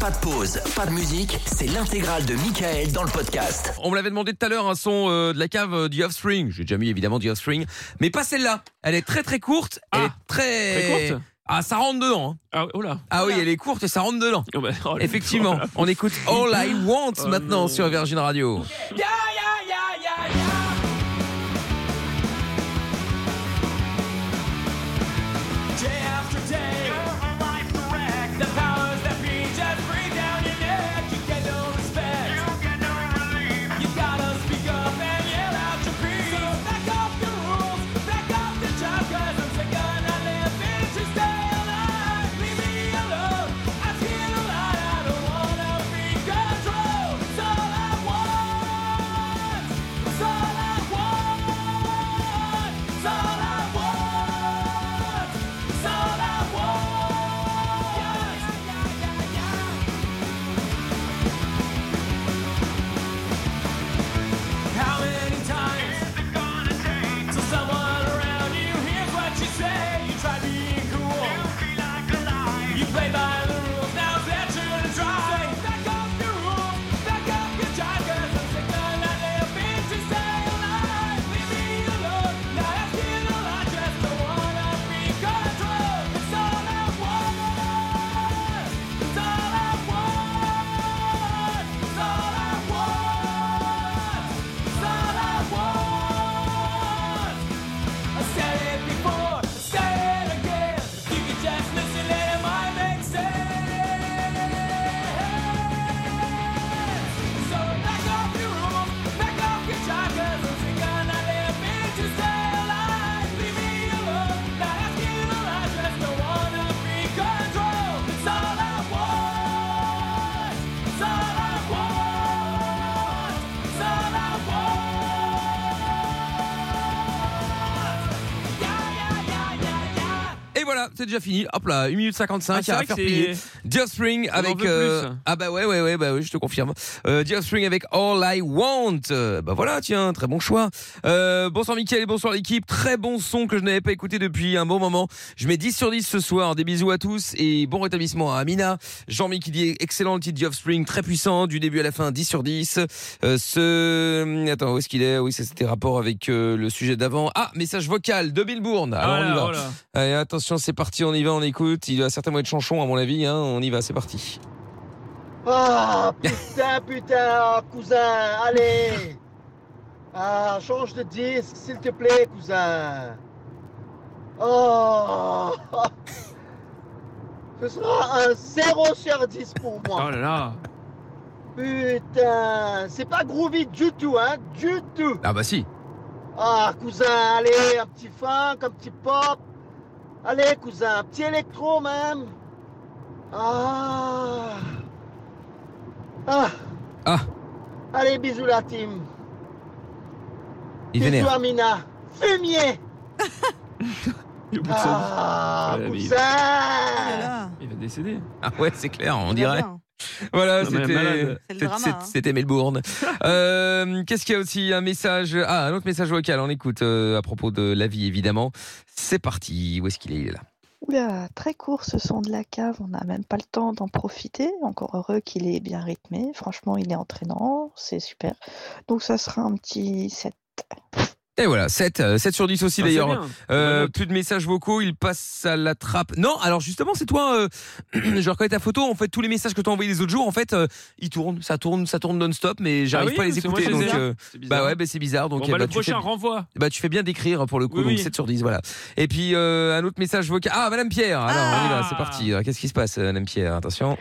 Pas de pause, pas de musique, c'est l'intégrale de Michael dans le podcast. On me l'avait demandé tout à l'heure un son euh, de la cave euh, du Offspring. J'ai déjà mis évidemment du Offspring, mais pas celle-là. Elle est très très courte. Elle Ah, est très... très courte Ah, ça rentre dedans. hein. Ah, oh là. Ah oui, elle est courte et ça rentre dedans. Oh bah, oh là. Effectivement, on écoute All I Want maintenant sur Virgin Radio. How many times is it gonna take till someone around you hears what you say? You try being cool, you feel like a lie. You play by the rules, now that you're to try. Back up your rules, back up your jive, 'cause I'm sick of not living to stay alive. Leave me alone, not asking a lot, just don't wanna be controlled. It's all I want, it's all I want, it's all I want. It's all I want. I said it before, I said it again. If you could just listen, and it might make sense. So back off your rules, back off your chakras. I'm sick of not living to stay alive. Leave me alone, not asking a lot, just don't wanna be controlled. It's all I want. It's all I want. It's all I want. Yeah, yeah, yeah, yeah, yeah. Et voilà, c'est déjà fini. Hop là, 1 minute 55 Ah, c'est à vrai faire que plier. c'est- The Offspring On en avec veut euh, plus. ah bah ouais ouais ouais bah oui, je te confirme. Euh, The Offspring avec All I Want. Euh, bah voilà, tiens, très bon choix. Euh, bonsoir Mickaël et bonsoir l'équipe. Très bon son que je n'avais pas écouté depuis un bon moment. Je mets 10 sur 10 ce soir. Des bisous à tous et bon rétablissement à Amina. Jean-Mi qui dit excellent le titre The Offspring, très puissant du début à la fin, 10 sur 10. Euh, ce hum, attends, où est-ce qu'il est Oui, ça c'était rapport avec euh, le sujet d'avant. Ah, message vocal de Bill Bourne. Ah Alors on y là, va. oh là. Allez, attention, c'est parti, on y va, on écoute. Il doit certainement être chanchon, à mon avis. Hein. On y va, c'est parti. Ah, putain, putain, cousin, allez Ah, change de disque, s'il te plaît, cousin Oh Ce sera un 0 sur 10 pour Oh moi. là là. Putain, c'est pas groovy du tout, hein, du tout Ah bah si. Ah, cousin, allez, un petit funk, un petit pop. Allez, cousin, un petit électro même. Ah. Ah. Ah. Allez, bisous la team. Il bisous vénère. Amina. Fumier. Il est au bout de sa vie. Ah, Ouais, mais il- cousin. Voilà. Il va décéder. Ah ouais, c'est clair, on dirait. Bien. Voilà, Non, mais c'était malade. C'est le c'est- drama, c'est- hein. c'était Melbourne. Euh, Qu'est-ce qu'il y a aussi Un message. Ah, un autre message vocal, on écoute euh, à propos de la vie, évidemment. C'est parti. Où est-ce qu'il est, Il est là. Oula, très court ce son de la cave, on n'a même pas le temps d'en profiter. Encore heureux qu'il est bien rythmé, franchement il est entraînant, c'est super. Donc ça sera un petit 7. Et voilà, 7, 7 sur 10 aussi Ah, c'est d'ailleurs. bien. Euh, Bonne note. plus de messages vocaux, il passe à la trappe. Non, alors justement, c'est toi. euh, je reconnais ta photo. En fait, tous les messages que t'as envoyés les autres jours, en fait, euh, ils tournent, ça tourne, ça tourne non-stop, mais j'arrive Ah oui, pas à les c'est moi, écouter. c'est Donc, bizarre. euh, C'est bah bizarre. ouais, bah, c'est bizarre. Donc, Bon, eh bah, bah, le tu, fais, prochain renvoi. bah, tu fais bien d'écrire pour le coup. Oui, donc oui. 7 sur 10 voilà. Et puis euh, un autre message vocal. Ah, Madame Pierre. Alors, on y va, Ah. c'est parti. Alors, Qu'est-ce qui se passe, Madame Pierre Attention.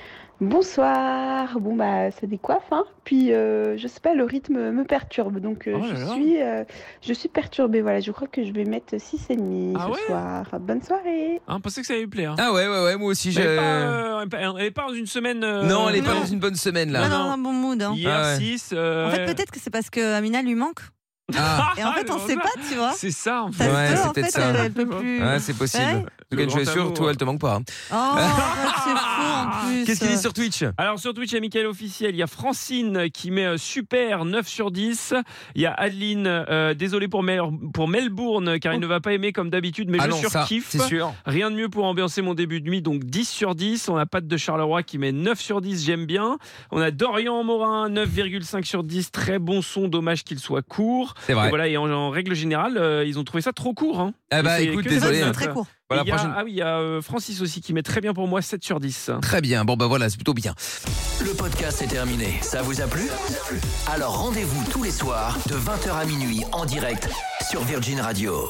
Bonsoir. Bon bah ça décoiffe hein. Puis euh, je sais pas le rythme me perturbe donc euh, Oh là je là. suis euh, je suis perturbée voilà, je crois que je vais mettre 6 et demi Ah ce ouais soir. Bonne soirée. Hein, pensais que ça allait lui plaire. Ah ouais, ouais, ouais. Moi aussi, Mais j'ai. elle est pas, euh, elle est pas- elle est pas dans une semaine. euh, non, elle est pas non. dans une bonne semaine Pas là. Non, dans un bon mood. hein. Hier euh. Ah ouais. 6. En fait, peut-être que c'est parce que Amina lui manque. Ah, Et en fait, on sait pas, tu vois. C'est ah, ça en Ça fait. Ouais, se peut, c'est en peut-être fait, ça. elle peut plus. Oh, ouais, c'est possible. Ouais. tout cas, Le une chose est grand sûre, amour. toi, elle te manque pas. hein. Oh, arrête, c'est fou en plus. Qu'est-ce qu'il dit sur Twitch Alors sur Twitch, il y a Michael officiel, il y a Francine qui met euh, super 9 sur 10, il y a Adeline, euh, désolé pour, Mel- pour Melbourne car il ne va pas aimer comme d'habitude, mais Ah je non, ça, surkiffe. c'est sûr. Rien de mieux pour ambiancer mon début de nuit, donc 10 sur 10. On a Pat de Charleroi qui met 9 sur 10, j'aime bien. On a Dorian Morin, 9,5 sur 10, très bon son, dommage qu'il soit court. C'est Et vrai. voilà, et en, en règle générale, euh, ils ont trouvé ça trop court. hein. Eh bah, c'est écoute, que C'est vrai que désolé. c'est hein. très court. Voilà, Et il y a- prochaine- Ah oui, il y a euh, Francis aussi qui met très bien pour moi 7 sur 10. Très bien. Bon, bah voilà, c'est plutôt bien. Le podcast est terminé. Ça vous a plu Alors rendez-vous tous les soirs de 20h à minuit en direct sur Virgin Radio.